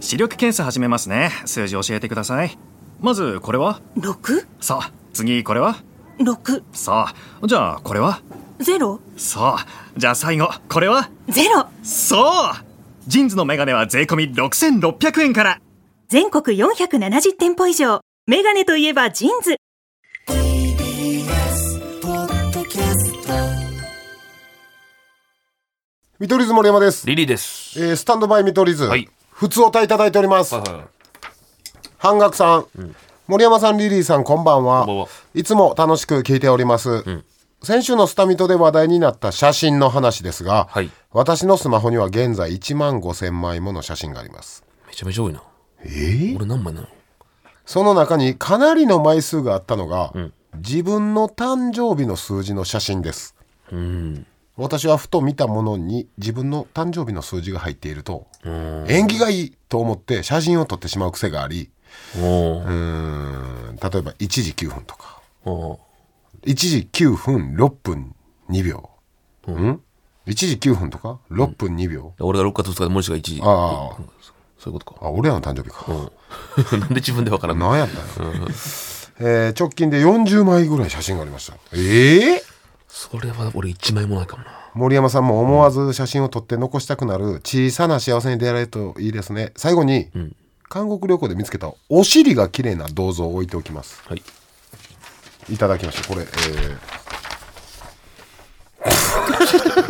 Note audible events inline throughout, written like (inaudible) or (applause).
視力検査始めますね数字教えてくださいまずこれは 6? さあ次これは6さあじゃあこれはゼロさあじゃあ最後これはゼロそうジンズのメガネは税込み6600円から全国470店舗以上メガネといえばジーンズ TBS ポッドキャスト見取り図森山です、リリーです。えースタンドバイ見取り図、はい普通おたいただいております、半額さん、森山さんリリーさんこんばんはこんばんはいつも楽しく聞いております、先週のスタミトで話題になった写真の話ですが、はい私のスマホには現在1万5000枚もの写真がありますめちゃめちゃ多いな。え俺何枚なのその中にかなりの枚数があったのが、自分の誕生日の数字の写真です、私はふと見たものに自分の誕生日の数字が入っていると縁起がいいと思って写真を撮ってしまう癖がありおうーん例えば1時9分とかーお1時9分6分2秒、うん1時9分とか6分2秒、ー俺が6月2日で森氏が1時。あそういうことか。あ俺らの誕生日か、 (laughs) なんで自分でわからんの何やったんやろ、えー直近で40枚ぐらい写真がありましたええそれは俺1枚もないかもな。森山さんも思わず写真を撮って残したくなる小さな幸せに出会えるといいですね最後に、韓国旅行で見つけたお尻が綺麗な銅像を置いておきますはい。いただきましたこれ、えー、だか (laughs)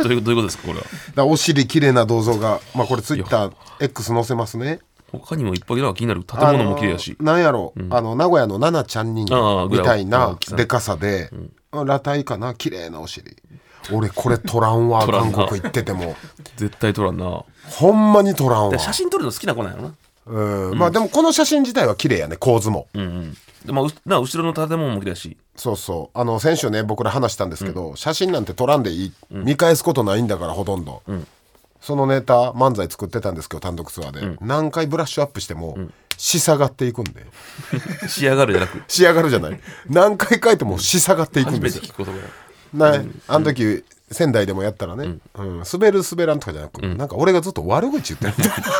どういうどういうことですか、これは。らお尻綺麗な銅像がまあこれツイッター X 載せますね他にもいっぱいなんか気になる建あ物のも綺麗やし。なんやろう、あの名古屋の奈々ちゃん人あー形みたいぐらいのな大きさでかさで、裸体かな綺麗なお尻俺これ撮らんわ撮らん韓な国行ってても絶対撮らんな。ほんまに撮らんわで写真撮るの好きな子なんやろな。うん、まあでもこの写真自体は綺麗やね構図も、うんうん。でまあ、うな後ろの建物も綺麗やし。そうそうあの先週ね僕ら話したんですけど、写真なんて撮らんでいい、見返すことないんだからほとんど、そのネタ漫才作ってたんですけど単独ツアーで、何回ブラッシュアップしても、し下がっていくんで仕上がるじゃなく。仕上がるじゃない何回書いてもし下がっていくん初でめすてよ聞く言葉や。なあの時、仙台でもやったらね、うん滑る滑らんとかじゃなく、なんか俺がずっと悪口言ってるみたいな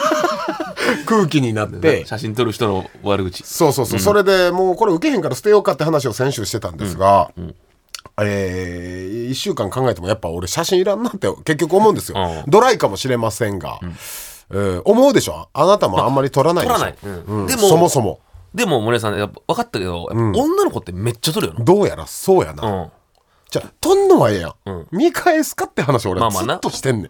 空気になって写真撮る人の悪口。そうそうそう、それでもうこれ受けへんから捨てようかって話を先週してたんですが、えー、1週間考えてもやっぱ俺写真いらんなって結局思うんですよ、うドライかもしれませんが、えー思うでしょあなたもあんまり撮らない撮でしょ、らない。うんでも、そもそもでも森谷さん、やっぱ分かったけど、やっぱ女の子ってめっちゃ撮るよな。どうやらそうやな、じゃあ撮んのはええやん、見返すかって話俺まはあまあずなっとしてんねん、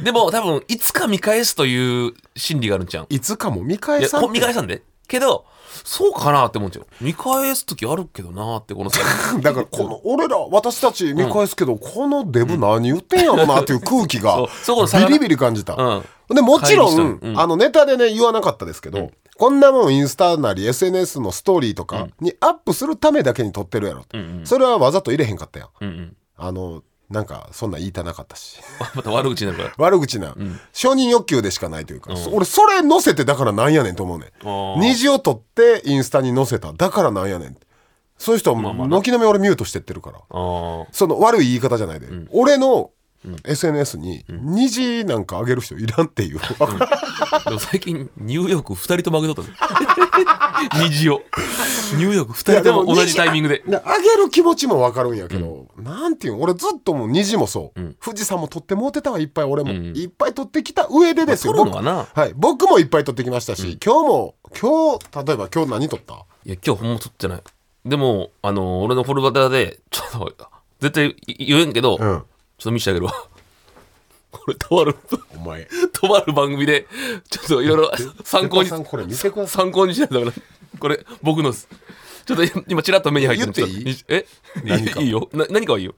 うん。でも多分、いつか見返すという心理があるんちゃういつかも見い返や、さこん見返てしたんで。けど、そうかなって思うんちゃう。見返すときあるけどなって、この (laughs) だからこの俺ら私たち見返すけど、このデブ何言ってんやろなっていう空気が (laughs) そうそこの差がなビリビリ感じた、うでもちろ乖離しん、たうんあのネタでね言わなかったですけど、こんなもんインスタなり SNS のストーリーとかにアップするためだけに撮ってるやろ、それはわざと入れへんかったやん、うんうん。 (laughs) あのなんかそんなん言いたなかったし (laughs) また悪口になるから。悪口な、承認欲求でしかないというか、俺それ載せてだからなんやねんと思うねあんー虹を撮ってインスタに載せただからなんやねんってそういう人は軒並み俺ミュートしてってるからあその悪い言い方じゃないで、俺の SNS に虹なんかあげる人いらんっていう、あ。でも最近、ニューヨーク二人とも上げとったね。 (laughs) 虹を。ニューヨーク二人とも同じタイミングで。なあげる気持ちもわかるんやけど、なんていうの俺ずっともう虹もそう、富士山も撮ってもうてたわいっぱい俺も、いっぱい撮ってきた上でですよ、まあ撮るのはな僕はい、僕もいっぱい撮ってきましたし、今日も今日例えば今日何撮ったいや、今日ほんま撮ってない。でも、あの俺のフォルダで、ちょっと、絶対言えんけど、うんちょっと見してあげるわ。これ、とある、お前 (laughs) とある番組で、ちょっといろいろ参考にさ、んこれ見てください参考にしないとダメな。これ、僕のです。ちょっと今、ちらっと目に入って言るっていいちょっとに何かえいいよ。な何かはいいよ。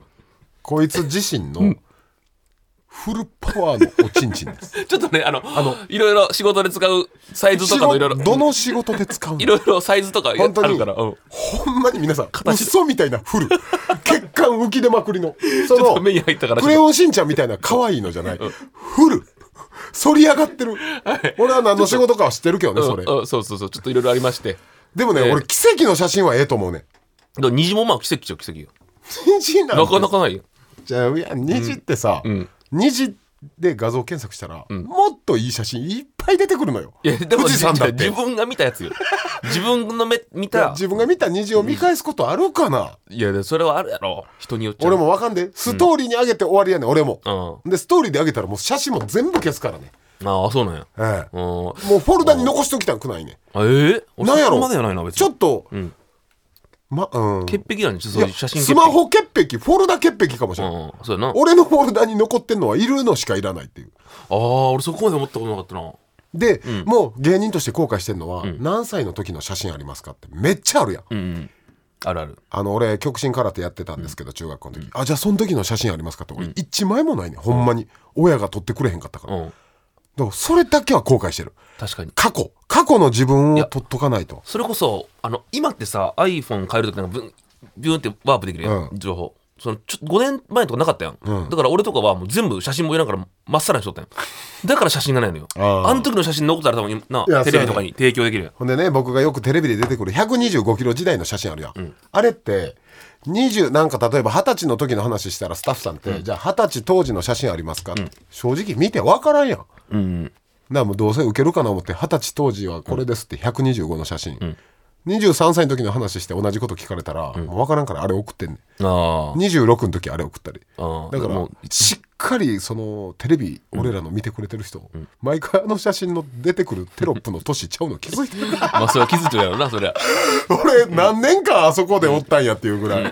こいつ自身のフルパワーのおちんちん (laughs) ですちょっとね、あの、いろいろ仕事で使うサイズとかのいろいろ、どの仕事で使うのいろいろサイズとかあ本当にるから、うんほんまに皆さん、嘘みたいなフ (laughs) ル。血管浮き出まくりの。そちょっとの、目に入ったからクレヨンしんちゃんみたいな可愛いのじゃない。フル。反り上がってる。俺は何の仕事かは知ってるけどね、うんそれ。うんそうそうそう、ちょっといろいろありまして。でもね、ええ俺、奇跡の写真はええと思うね。でも虹もまあ奇跡よ、奇跡よ。 (laughs) 虹なんなかてなかないよ。じゃあいや、虹ってさん、虹で画像検索したら、もっといい写真いっぱい出てくるのよいや、でも富士山だって (laughs) 自分が見たやつよ。自分の目、見た。自分が見た虹を見返すことあるかな、いや、でそれはあるやろ。人によっちゃ。俺。もわかんでストーリーに上げて終わりやねん俺も、うでストーリーで上げたらもう写真も全部消すからね、ああ、そうなんや。ええうん。もうフォルダに残しときたくないねあええ俺なんやそころまでやないな、別に。ちょっと、んまうん潔癖なんで、ちょっいとそうやいう写真スマホ潔癖フォルダ潔癖かもしうれない、ん、そうやな。俺のフォルダに残ってんのはいるのしかいらないっていうああ、俺そこまで思ったことなかったな。で、もう芸人として後悔してんのは、何歳の時の写真ありますかってめっちゃあるやん、うんうん。あるある。あの俺極真空手やってたんですけど、中学校の時、あじゃあその時の写真ありますかって俺一枚もないねんほんまに親が撮ってくれへんかったから、うだん。からそれだけは後悔してる確かに。過去過去の自分いをや撮っとかないとそれこそ、あの、今ってさ、iPhone 変えるときなんかブン、ビューンってワープできるやうん、ん情報。そのちょ5年前とかなかったやん、うんだから俺とかはもう全部写真もいらんからまっさらにしとった (laughs) やんだから写真がないのよあーあの時の写真残ったら多分今ないやテレビとかに提供できるやんほんでね僕がよくテレビで出てくる125キロ時代の写真あるやん、あれって20なんか例えば二十歳の時の話したらスタッフさんって、じゃあ二十歳当時の写真ありますか、正直見て分からんやんうんだからもうどうせ受けるかな思って二十歳当時はこれですって125の写真、23歳の時の話して同じこと聞かれたら、もう分からんからあれ送ってんねあーん26の時あれ送ったりあーだかもらうしっかりそのテレビ俺らの見てくれてる人、毎回あの写真の出てくるテロップの年ちゃうの気づい (laughs) てるまあそれは気づいてるやろな (laughs) そりゃ俺何年間あそこでおったんやっていうぐらい、ま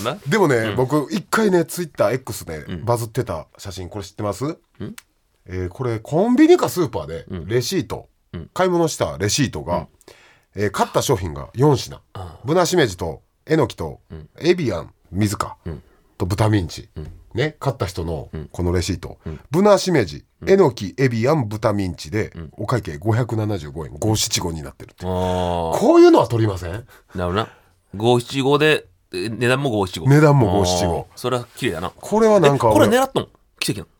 あなでもね、僕一回ねツイッター X でバズってた写真これ知ってます、えーこれコンビニかスーパーでレシート、買い物したレシートが、えー買った商品が4品、ぶなしめじとえのきと、エビアン水か、と豚ミンチ、ね買った人のこのレシート、ぶなしめじえのきエビアン豚ミンチで、お会計575円575になってるってあこういうのは取りませんあなるほどな五七五でえ値段も五七五値段も五七五あーそれは綺麗だなこれはなんかえこれ俺狙っとん奇跡なの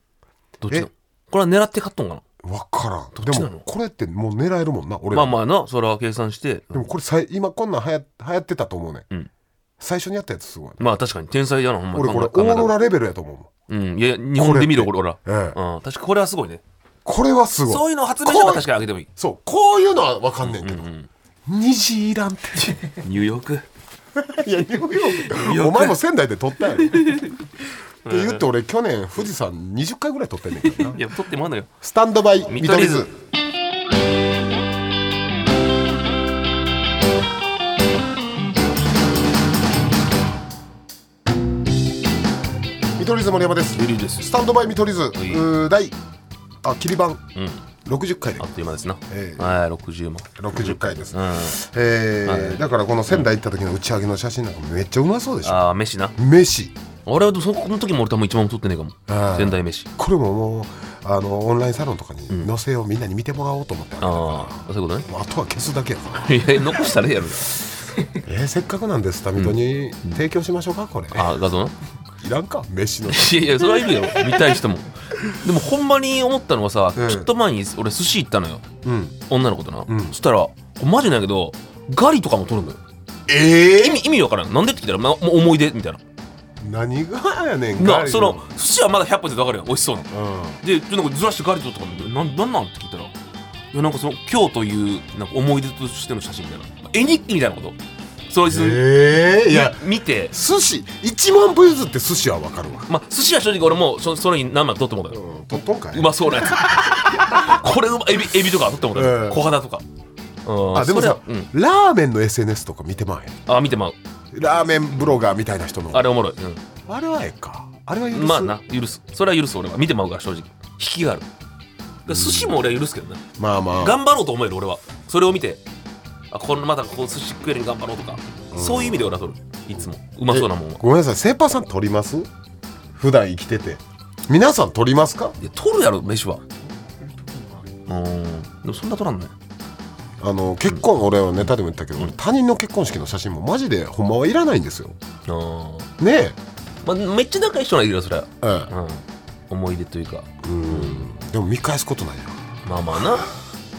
どっちなのえこれは狙って買っとんかなわからんっちでなのもこれってもう狙えるもんな俺まらあまあなそれは計算してでもこれさい今こんなんはや流行ってたと思うね、ん最初にやったやつすごいなまあ確かに天才だなほんまに俺これオ考えたらーロラレベルやと思うもんうんいや日本で見ろこれ俺ら、ええうん、確かこれはすごいねこれはすごいそういうのを発明したら確かにあげてもいいそうこういうのは分かんねんけど、虹いらんって (laughs) ニューヨークいやニューヨー (laughs) クお前も仙台で撮 (laughs) ったやろって言って俺去年富士山20回ぐらい撮ってんねんけどないや撮ってもらうのよスタンドバイ見見取取りり図図見取り図森山です無理ですスタンドバイ見取り図ういー第あ切り番うん60回であっという間ですな、ええはい60万60回です、うんえーはいだからこの仙台行った時の打ち上げの写真なんかめっちゃうまそうでしょああ飯な飯俺はでもそこの時も俺多分一番も撮ってねえかもあー仙台飯これももうあのオンラインサロンとかに載せようみんなに見てもらおうと思ってあるああそういうことねもうあとは消すだけやからいや残したらええやろえーせっかくなんでスタミトに提供しましょうかこれ、ああ画像ないらんか飯のいやいやそれはいるよ見たい (laughs) 人もでもほんまに思ったのはさ、ええちょっと前に俺寿司行ったのようん女の子とな、んそしたらマジなんやけどガリとかも取るのよえ意味意味わからんなんでって聞いたら、ま、もう思い出みたいなー、何がやねんガリなその寿司はまだ100歩でわかるやん美味しそうなのうんでちょっとなんかずらしてガリととかなんなんなんって聞いたらいやなんかその今日というなんか思い出としての写真みたいな絵日記みたいなことそいつ、えー、いや見て寿司一万歩譲って寿司はわかるわ、まあ寿司は正直俺もそそれに何枚取ってもらったようん、とっとんかいうま (laughs) そうなや (laughs) つこれうまエビエビとか取ってもらったええよ小肌とかうんあでもさ、それはうんラーメンの SNS とか見てまへんあ見てまうラーメンブロガーみたいな人のあれおもろい、あれはええかあれは許うすん、まあな許すそれは許す俺は見てまうから正直引きがあるだから寿司も俺は許すけどねまあまあ頑張ろうと思える俺はそれを見てあこのまたこう寿司食えるように頑張ろうとか、そういう意味で俺は取るいつもうまそうなもんはごめんなさいセーパーさん取ります普段生きてて皆さん取りますかいや取るやろ飯はうんでもそんな取らんねあの結婚、俺はネタでも言ったけど、俺他人の結婚式の写真もマジでほんまはいらないんですよあ、ねまあ、めっちゃ仲いい人ないけどそれは、え、えうん、思い出というかえ、うんでも見返すことないよまあまあな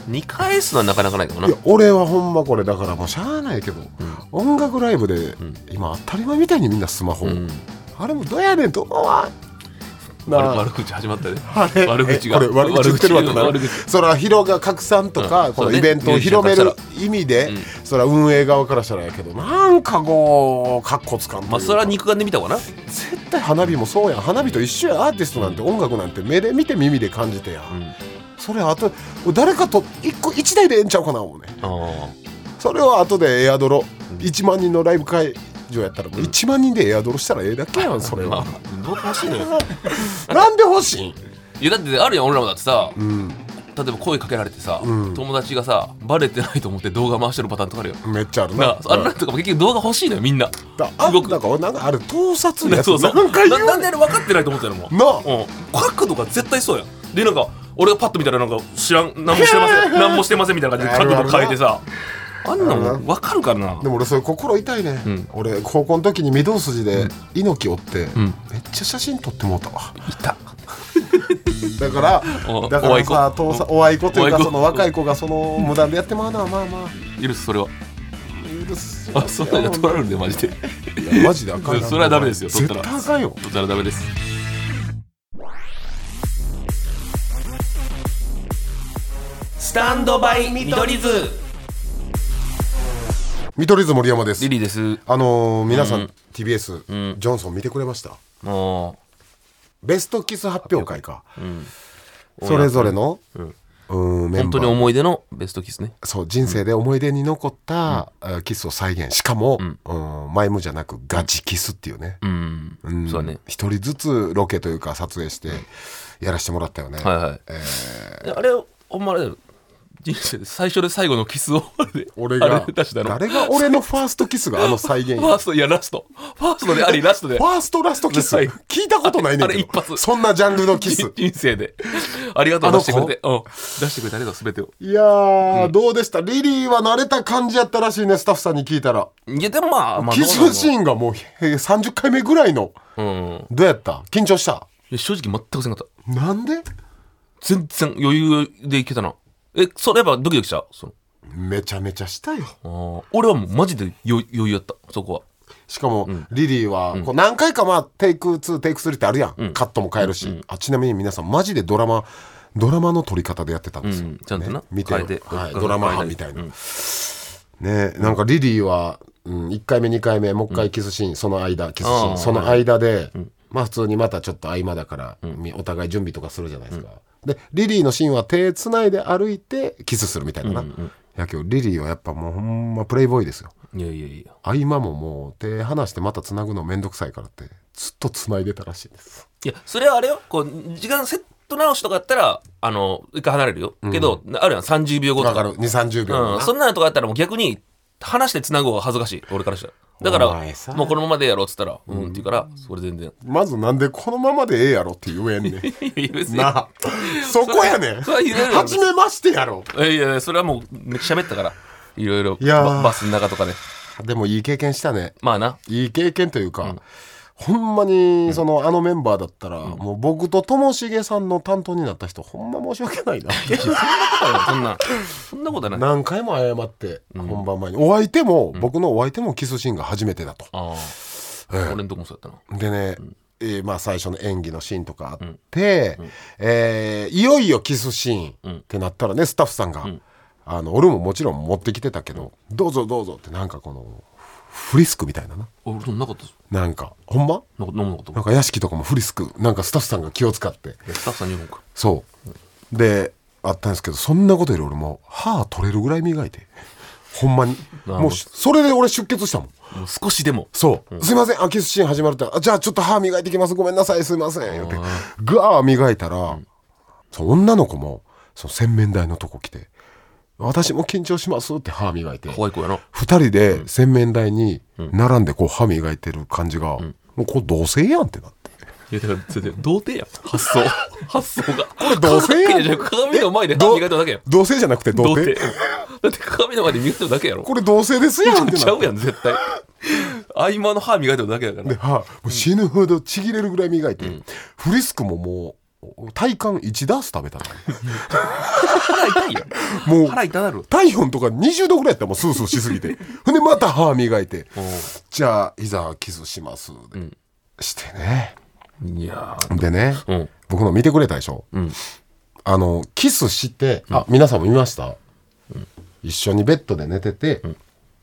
見返すのはなかなかないかもないや俺はほんまこれだからもうしゃあないけど、音楽ライブで、今当たり前みたいにみんなスマホ、うんあれもどうやねんどうはなあ悪悪口始まったねあれ悪口えがこれ悪口言ってるわけだ悪口それは広が拡散とか、うんこそのうねイベントを広めミュるージ意味で、それは運営側からしたらやけどなんかこうかっこつかんというかまあそれは肉眼で見たかな絶対花火もそうやん花火と一緒やんアーティストなんて音楽なんて目で見て耳で感じてやん、んそれあと誰かと一個一台でええんちゃうかな思うねあそれは後でエアドロ、1万人のライブ会場やったらもう1万人でエアドロしたらええだけ (laughs) やんそれあまは、あどうか欲しいのよなんで欲しいんいやだってあるやん俺らもだってさうん例えば声かけられてさ、うん友達がさバレてないと思って動画回してるパターンとかあるよめっちゃあるななあれなんとかも結局動画欲しいのよみんなだあ動くなんかなんかあれ盗撮のやつ (laughs) そうそうなんか言なうなんであれ分かってないと思ってたのもなあうん、角度が絶対そうやんでなんか俺がパッと見たらなんか知らん何もしてません何もしてませんみたいな感じで角度変えてさあんなあるあのる分かるからなでも俺それ心痛いね、ん俺高校の時に御堂筋で猪木追って、んめっちゃ写真撮ってもうたわいただからおだかおあいらこさ盗撮おあいこというおあいかこその若い子がその無断でやってまうのはまあまあ許すそれは許すあそんなの取られるんでマジでいやマジであかんなそれはダメですよ撮っ絶たら対あかんよ取ったらダメですスタンドバイ見取り図見取り図森山ですリリーですあのー皆さん、TBS、うんジョンソン見てくれましたもうベストキス発表会か、それぞれの、んうん、メン本バ当にー思い出のベストキスねそう人生で思い出に残った、あキスを再現しかも、んうんマイムじゃなくガチキスっていうねうん、うんそうだね一人ずつロケというか撮影してやらしてもらったよね、はいはい、であれほんまあれだよ人生で最初で最後のキスをあれで俺があれ出したの誰が俺のファーストキ (laughs) スがあの再現フやァーストいやラストファーストでありラストでファーストラストキスはい聞いたことないねんあれけ一ど発そんなジャンルの (laughs) キス人人生でありがとあうの子出してくれて、うん、出してくれてありがとう全てをいやー、どうでしたリリーは慣れた感じやったらしいねスタッフさんに聞いたらいやでもまあ、まあ、キスシン、ーンがもうへ30回目ぐらいのうん、どうやった緊張したいや正直全くせんかったなんで全然余裕でいけたなえそれやっぱドキドキしたそめちゃめちゃしたよのあー俺はもうマジで余余裕やったそこはしかも、リリーは、こう何回かまあテイク2テイク3ってあるやん、カットも変えるし、あちなみに皆さんマジでドラマドラマの撮り方でやってたんですよ、うんちゃんとなね見てよ変えてはい、うんドラマ班みたいな、ねなんかリリーは、うん、1回目2回目もう一回キスシーン、その間キスシーあンーその間で、まあ普通にまたちょっと合間だから、みお互い準備とかするじゃないですか、でリリーのシーンは手つないで歩いてキスするみたいなな、やけどリリーはやっぱもうほんまプレイボーイですよいやいやいや合間ももう手離してまたつなぐのめんどくさいからってずっとつないでたらしいですいやそれはあれよこう時間セット直しとかやったらあの一回離れるよ、けどあるやん30秒後とわかかる2 3 0秒のうん、なそんなのとかあったらもう逆に話してつなぐ方が恥ずかしい俺からしたらだかお前さらもうこのままでやろうっつったらうんって言うからそれ全然まずなんでこのままでええやろって言えんねん (laughs) いやいや別になあ (laughs) そこやねんそれは (laughs) 言えるよ初めましてやろいやいやそれはもうめっちゃ喋ったからいろいろいやーババスの中とかででもいい経験したねまあないい経験というか、ほんまにそのあのメンバーだったら、もう僕とともしげさんの担当になった人ほんま申し訳 (laughs) ないなそんなそんなことはない何回も謝って、本番前にお相手も、僕のお相手もキスシーンが初めてだとああ俺んとこもそうやったでね、えーまあ、最初の演技のシーンとかあって、えーいよいよキスシーンってなったらねスタッフさんが、あの俺ももちろん持ってきてたけど、どうぞどうぞってなんかこのフリスクみたいななな俺そんなことなんかほんまなんか飲むのことなんか屋敷とかもフリスクなんかスタッフさんが気を使ってスタッフさんに言うもんかそうであったんですけどそんなことより俺もう歯取れるぐらい磨いてほんまにほどもうしそれで俺出血したもんもう少しでもそう、すいませんあキスシーン始まるってあじゃあちょっと歯磨いてきますごめんなさいすいません言ってガー磨いたら、その女の子もその洗面台のとこ来て「私も緊張します」って歯磨いて怖い子やな二人で洗面台に並んでこう歯磨いてる感じが、もうこれ同性やんってなっていやだからそれ童貞やん (laughs) 発想発想がこれ同性やん鏡の前で歯ど磨いただけやん同性じゃなくて童童貞貞だって鏡の前で磨いただけや (laughs) ろこれ同性ですやんってちなゃっうてやん絶対合間の歯磨いただけだかでら歯もう死ぬほどちぎれるぐらい磨いて、フリスクももう体感1ダース食べたの腹痛 (laughs) いやもうん腹痛なる体温とか20度ぐらいやったらもうスースーしすぎ (laughs) てほんでまた歯磨いてうんじゃあいざキスしますで、してねいやでね、ーうん僕の見てくれたでしょ、んあのキスして、あ皆さんも見ました、一緒にベッドで寝てて、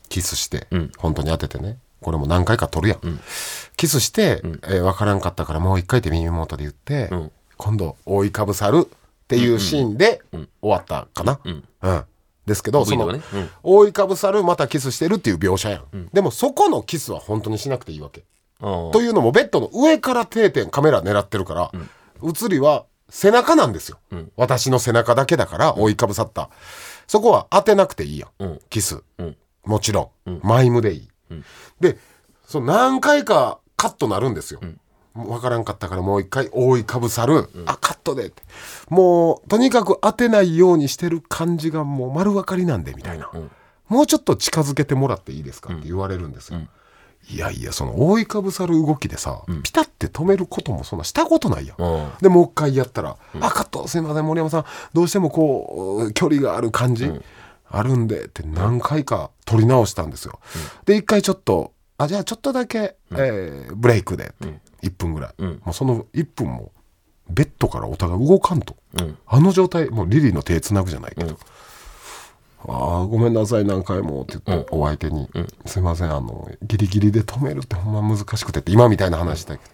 キスして、ん本当に当ててねこれも何回か撮るやん、キスして、えー分からんかったからもう一回って耳元で言って、ん今度覆いかぶさるっていうシーンで終わったかな、うんですけどそ V のの、ねうん覆いかぶさるまたキスしてるっていう描写やん、でもそこのキスは本当にしなくていいわけ、あーというのもベッドの上から定点カメラ狙ってるから、映りは背中なんですよ、私の背中だけだから覆いかぶさったそこは当てなくていいやん、うんキス、んもちろん、マイムでいい、でその何回かカットなるんですよ、分からんかったからもう一回覆いかぶさる、あカットでってもうとにかく当てないようにしてる感じがもう丸分かりなんでみたいな、もうちょっと近づけてもらっていいですかって言われるんですよ、いやいやその覆いかぶさる動きでさ、ピタって止めることもそんなしたことないやん、うんでもう一回やったら「あカットすいません森山さんどうしてもこう距離がある感じ、あるんで」って何回か撮り直したんですよ、で一回ちょっと「あじゃあちょっとだけ、えーブレイクで」って、1分ぐらい、もうその1分もベッドからお互い動かんと、んあの状態もうリリーの手つなぐじゃないけど、ああごめんなさい何回もって言って、お相手に、すいませんあのギリギリで止めるってほんま難しくてって今みたいな話したけど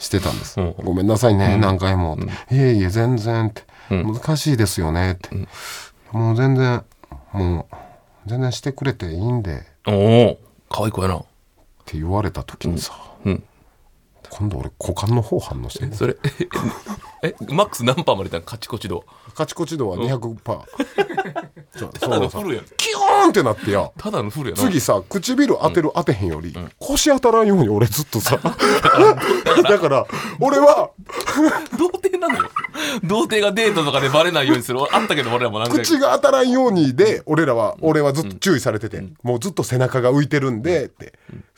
ししてたんです、んごめんなさいね、何回もって、いえいえ全然って、難しいですよねって、もう全然もう全然してくれていいんでおお可愛い子やなって言われた時にさ、うん今度俺股間の方反応してんねそれ (laughs) えマックス何パーまでいったんカチコチ度カチコチ度は200%、パ (laughs) ーちょただのそうさフルやんキューンってなってやただのフルやな次さ唇当てる当てへんより、腰当たらんように俺ずっと (laughs) さだから俺は (laughs) 童貞なのよ童貞がデートとかでバレないようにするあったけど俺らも何回か口が当たらんようにで俺らは俺はずっと注意されてて、もうずっと背中が浮いてるんでって、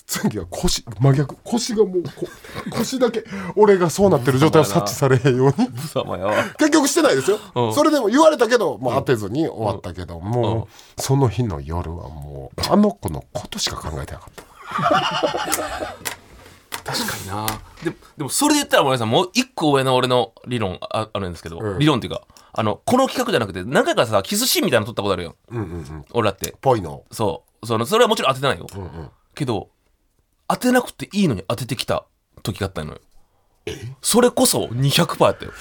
次は腰真逆腰がもうこ (laughs) 腰だけ俺がそうなってる状態を察知されへんように無様やわ結局してないですよ、うんそれでも言われたけど、まあ、当てずに終わったけど、もう、その日の夜はもうあの子のことしか考えてなかった確かになでもでもそれで言ったら森さんもう一個上の俺の理論ああるんですけど、うん理論っていうかあのこの企画じゃなくて何回かさキスシーンみたいなの撮ったことあるようんうんうん俺らってぽいのそうそのそれはもちろん当ててないよ、んけど当てなくていいのに当ててきた時があったのよそれこそ200%やったよ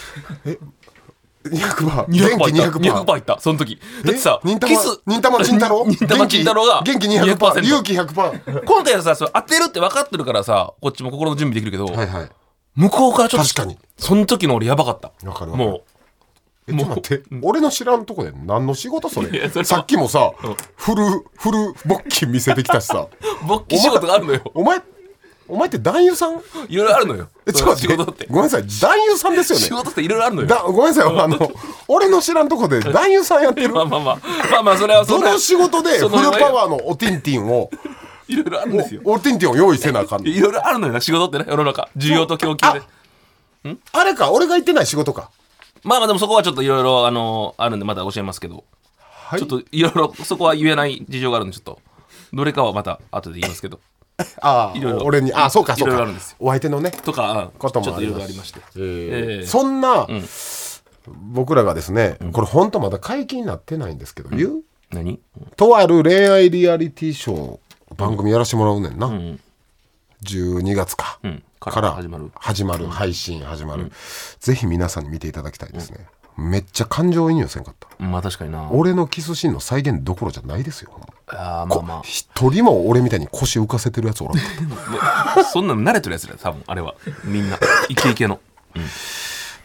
200番元200%気いった200番いったその時だってさ忍たキまス忍たま金太郎 (laughs) 忍たま金太郎が元気元気200% 200%勇気100%今回はさそれ当てるって分かってるからさこっちも心の準備できるけど、はいはい向こうからちょっと確かにその時の俺やばかったわかるわかるもえちょっと待って俺の知らんとこで何の仕事そいやれそれはさっきもさフルフル勃起見せてきたしさ (laughs) う勃起仕事があるのよお前お前って男優さんいろいろあるのよえちょっと待っ仕事っててごめんなさい男優さんですよ仕ね事っていろいろあるのよだごめんなさいあの俺の知らんとこで男優さんやってるまあまあまあまあまあそれはそどんなの仕事でフそルのパ上ワーのおティンティンをいろいろあるんですよおおティンティンを用意せなあかんのいろいろあるのよな仕事ってね世の中需要と供給でああれか俺が言ってない仕事かまあまあでもそこはちょっといろいろあのあるんでまた教えますけど、いちょっといろいろそこは言えない事情があるんでちょっとどれかはまた後で言いますけどああいろいろ俺にあそうかそういろいろあかるんですよお相手のねとか、うんことちょっもあといりますろいろありまして、ええそんな、僕らがですね、これ本当まだ解禁になってないんですけど、言う何とある恋愛リアリティショー番組やらしてもらうねんな、12月か、んかからら始始ままるる配信始まる、ぜひ皆さんに見ていただきたいですね、めっちゃ感情移入せんかったまあ確かにな俺のキスシーンの再現どころじゃないですよほんまあーまあま一人も俺みたいに腰浮かせてるやつおらんかったあ (laughs) そんなの慣れてるやつだよ多分あれはみんなイケイケの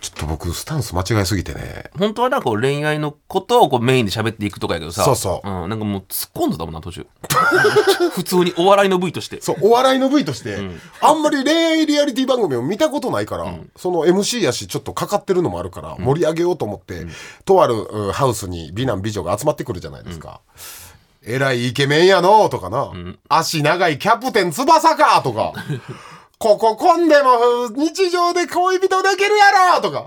ちょっと僕スタンス間違いすぎてね本当はなんかこう恋愛のことをこうメインで喋っていくとかやけどさ、そうそうんなんかもう突っ込んでたもんな途中 (laughs) 普通にお笑いの部位としてそうお笑いの部位として、あんまり恋愛リアリティ番組を見たことないから、その MC やしちょっとかかってるのもあるから盛り上げようと思って、とあるうんハウスに美男美女が集まってくるじゃないですか。 (laughs) えらいイケメンやのとかな、足長いキャプテン翼かとかここ混んでも日常で恋人できるやろとか、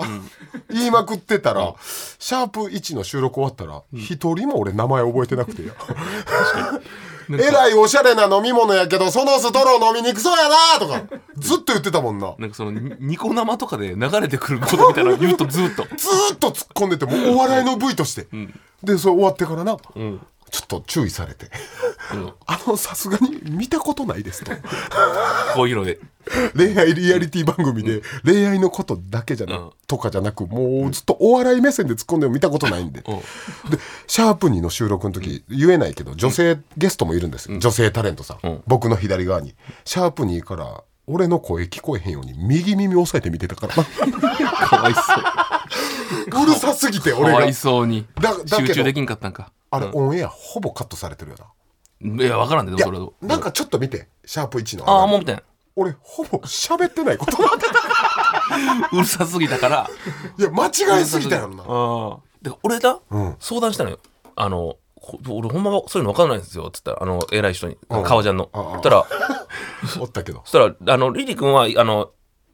言いまくってたら、シャープ1の収録終わったら、一、人も俺名前覚えてなくてよ。 (laughs) えらいおしゃれな飲み物やけど、そのストロー飲みにくそうやなとか、ずっと言ってたもんな。なんかそのにニコ生とかで流れてくることみたいなの言うとずっとずーっと突っ込んでて、もうお笑いの部位として。で、それ終わってからな、ちょっと注意されて、 (laughs) あの、さすがに見たことないですと。こういうので恋愛リアリティ番組で恋愛のことだけじゃな、うんとかじゃなくもうずっとお笑い目線で突っ込んでも見たことないんで、うんでシャープ2の収録の時、言えないけど女性ゲストもいるんですよ、女性タレントさん、うん僕の左側にシャープ2から俺の声聞こえへんように右耳押さえて見てた (laughs) からなかわいそううるさすぎてか (laughs) 俺わがいそうにだだけど集中できんかったんかあれオンエアほぼカットされてるよないやわからんで、いね、やそれはなんかちょっと見てシャープ1のああもうみたいな俺ほぼ喋ってない (laughs) ことなんだうるさすぎ (laughs) たからいや間違えすぎたよなあで俺だ、ん相談したのよあのこ俺ほんまそういうの分からないんですよっつったらあの偉い人にうん革ジャンのうんうんそしたらおったけどそしたらあのリリ君はあの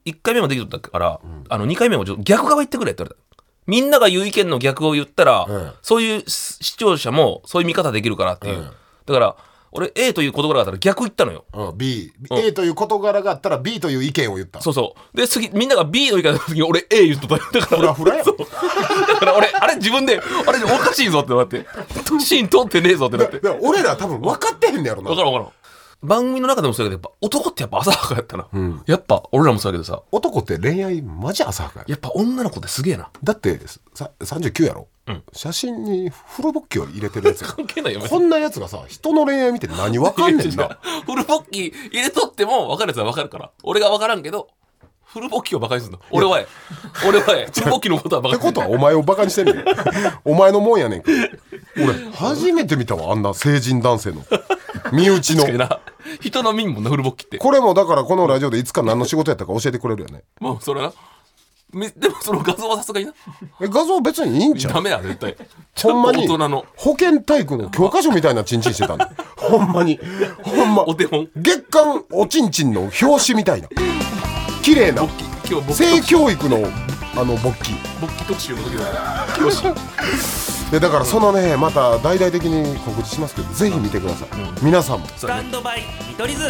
1回目もできとったから、あの2回目もちょっと逆側言ってくれって言われたみんなが言う意見の逆を言ったら、うんそういう視視聴者もそういう見方できるからっていう、うんだから俺 A という言葉だったら逆言ったのようん、B、うん A という事柄があったら B という意見を言った。そうそうで次みんなが B の言い方の時に俺 A 言っとったよだからフラフラやんそうだから俺あれ自分であれおかしいぞってなってシーン通ってねえぞってなだってだから俺ら多分分かってへんねやろわかな。らんわからん番組の中でもそうやけどやっぱ男ってやっぱ浅はかやったな、んやっぱ俺らもそうやけどさ男って恋愛マジ浅はかや。やっぱ女の子ってすげえなだってさ39やろ、写真にフルボッキを入れてるやつや。 (laughs) 関係ないよ別こにんなやつがさ、人の恋愛見て何分かんねん (laughs) いやな。違うフルボッキー入れとっても分かるやつは分かるから俺が分からんけどフルボッキーをバカにすんの俺はええ俺はええ (laughs) フルボッキーのことはバっカてにすこんとはお前をバカにしてん (laughs) ねん。お前のもんやねんから。俺、初めて見たわ、あんな成人男性の。身内の確か。にな (laughs) 人のみんもんなフルボッキーってこれもだからこのラジオでいつか何の仕事やったか教えてくれるよね。もうそれはなみでもその画像はさすがになえ画像別にいいんちゃうダメや絶対ほんまにちょっと大人の保健体育の教科書みたいなチンチンして (laughs) たんだほんまにほんまお手本月刊おちんちんの表紙みたいな綺麗なボッキー今日ボッキー性教育のあの勃起ボッキー特集の時 (laughs) だよよしでだからそのねまた大々的に告知しますけどぜひ見てください、皆さんもスタンドバイ見取り図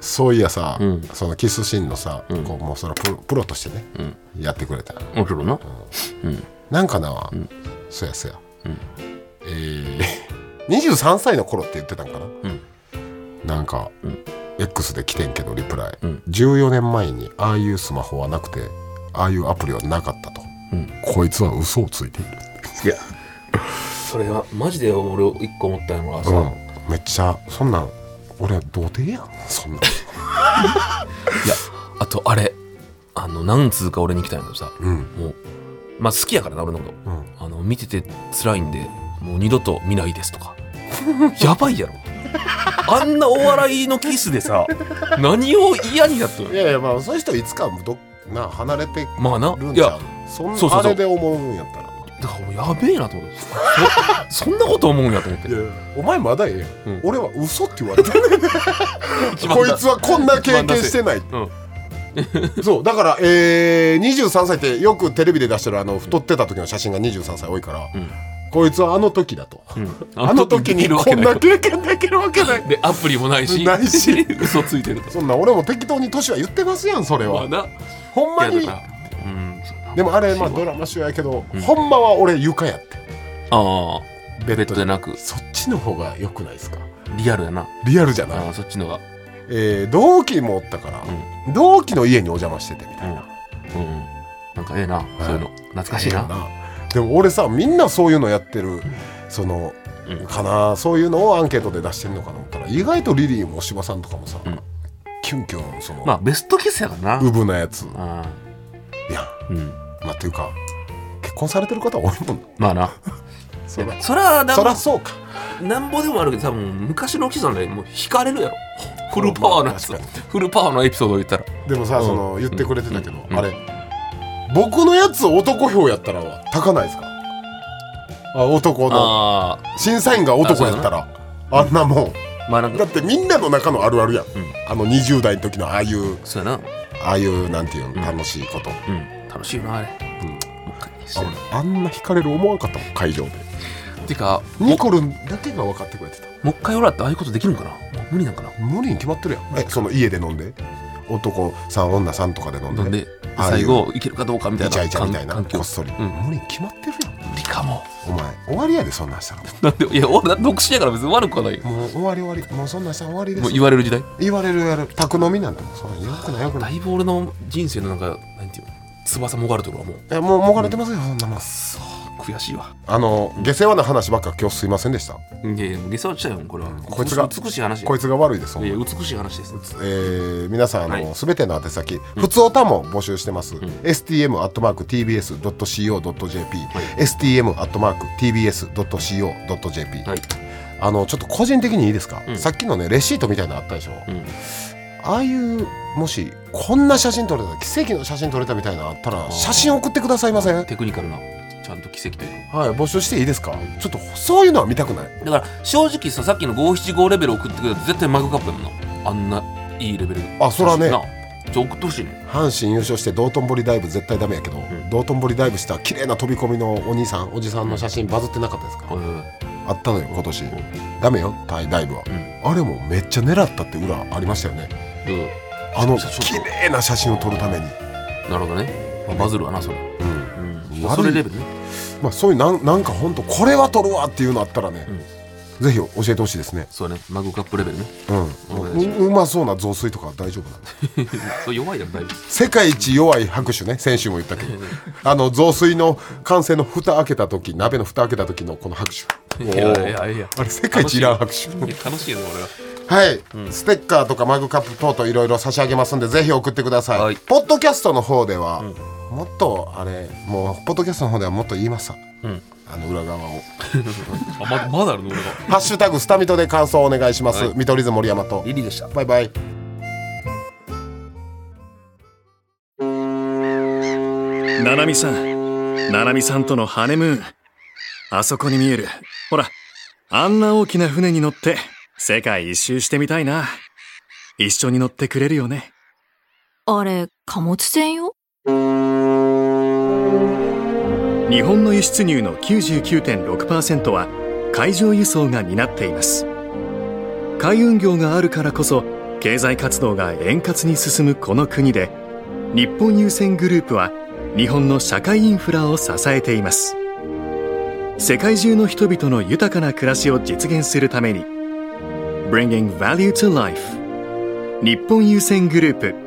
そういやさ、うんそのキスシーンのさ、こうもうそれプロプロとしてね、やってくれたもちろんななんかな、そやそや、えー、23歳の頃って言ってたんかな、なんか、X で来てんけどリプライ、14年前にああいうスマホはなくてああいうアプリはなかったと、こいつは嘘をついている、いやそれはマジで俺一個思ったのはさ、うん、めっちゃそんなん俺童貞やんそん (laughs) なんいやあとあれあの何通か俺に来たんやけどさ、うんもうまあ好きやからな俺のこと、うんあの見てて辛いんでもう二度と見ないですとか (laughs) やばいやろあんなお笑いのキス (laughs) でさ何を嫌になったのいやいやまあそういう人いつかどっな離れてまあなるんいちゃやうそんそうそうそあうれで思うんやったらだからもうやべえなと思ってそ (laughs) そんなこと思うんやと思っていやお前まだええやんうん俺は嘘って言われた (laughs) 一番こだいつはこんな経験してない。 (laughs) そうだから、えー、23歳ってよくテレビで出してるあの太ってた時の写真が23歳多いから、んこいつはあの時だと、ああの時にるわこけんなない経験できるわけないでアプリもないしないし (laughs) 嘘ついてるとそんな俺も適当に年は言ってますやんそれまあは、なほんまいにやだからうんそうだなでもあれまあドラマ主やけど、ほんまは俺床やってああベベッッドドじじゃゃなくそっちの方が良くないですかリアルやなリアルじゃない、ああそっちのがえー同期もおったから、う同期の家にお邪魔しててみたいなうん、うん、なんかええな、そういうの懐かしいな、でも俺さみんなそういうのやってるその、うんかなそういうのをアンケートで出してんのかと思ったら意外とリリーも芝さんとかもさ、んキュンキュンその、まあベストキスやからなウブなやつあいやーうんまあっていうか結婚されてる方多いもんなまあなそらそらなんそらぼそうかなんぼでもあるけど多分昔のキスなんでもう惹かれるやろフルパワーのやつまあ確フルパワーのエピソードを言ったらでもさ、その言ってくれてたけど、うんあれ僕のやつ男票やったら高ないですかあ男のあ審査員が男やったらあんなもあまあなんんだかってみんなの中のあるあるやん、んあの20代の時のああいうそうやなああいうなんていうの楽しいこと、うん楽しいよなあれ、うん、もう一回してあ俺あんな惹かれる思わんかったもん会場でてかニコルンだけが分かってくれてたもう一回俺らってああいうことできるんかなもう無理なんかな無理に決まってるやんえその家で飲んで男さん女さんとかで飲んでなんでああいう最後いけるかどうかみたいイなチャイチャみたいな環境こっそり、うん無理に決まってるやん無理かもお前終わりやでそんなんしたらなんでいや俺だって独身やから別に悪くはないよもう終わり終わりもうそんなんしたら終わりでもうす言われる時代言われるやる宅飲みなんてもうそんなんよくないよくなだいいぶ俺の人生のなんかなんていうの翼もがるところはもうえもうもがれてますよそんなもんそう悔しいわあの下世話な話ばっか今日すいませんでしたいやいや下世話したよこれはこいつが美しい話こいつが悪いですほんまいや美しい話ですえー皆さんあはの、すべての宛先、ふつおたも募集してます。stm アットマーク tbs ドット co ドット jp、stm アットマーク tbs ドット co ドット jp。はいあのちょっと個人的にいいですか、んさっきのねレシートみたいなのあったでしょ、んああいうもしこんな写真撮れた奇跡の写真撮れたみたいなのあったら写真送ってくださいませんはいテクニカルなちゃんと奇跡というか募集していいですかちょっとそういうのは見たくないだから正直ささっきの575レベル送ってくれたら絶対マグカップやもんなあんないいレベルあそらねなちょ送ってほしいね阪神優勝して道頓堀ダイブ絶対ダメやけど、道頓堀ダイブした綺麗な飛び込みのお兄さんおじさんの写真バズってなかったですか、はいはいはいあったのよ今年、ダメよタイダイブは、あれもめっちゃ狙ったって裏ありましたよねであのそうそう綺そう麗な写真を撮るために、なるほどね、まあ、バズるわなそれ、うんまあ悪いそれレベルねまあ、そういうなんなんか本当これは撮るわっていうのあったらね、ぜひ教えてほしいですね、そうねマグカップレベルねうんお願ういしうまそうな雑炊とか大丈夫なの (laughs) それ弱いだろ (laughs) だいぶ世界一弱い拍手ね先週も言ったけどあの雑炊の完成の蓋開けた時鍋の蓋開けた時のこの拍手いやいやいやあれ世界一いらん拍手いや楽しいよね俺ははい、ステッカーとかマグカップ等々いろいろ差し上げますんでぜひ送ってください、はいポッドキャストの方では、もっとあれもうポッドキャストの方ではもっと言いました、あの裏側をあままだあるの俺が「ハッシュタグスタミト」で感想をお願いします、見取り図森山とリリーでしたバイバイななみさんななみさんとのハネムーンあそこに見えるほらあんな大きな船に乗って世界一周してみたいな一緒に乗ってくれるよねあれ、貨物船よ日本の輸出入の99.6%は海上輸送が担っています海運業があるからこそ経済活動が円滑に進むこの国で日本優先グループは日本の社会インフラを支えています世界中の人々の豊かな暮らしを実現するために Bringing Value to Life 日本優先グループ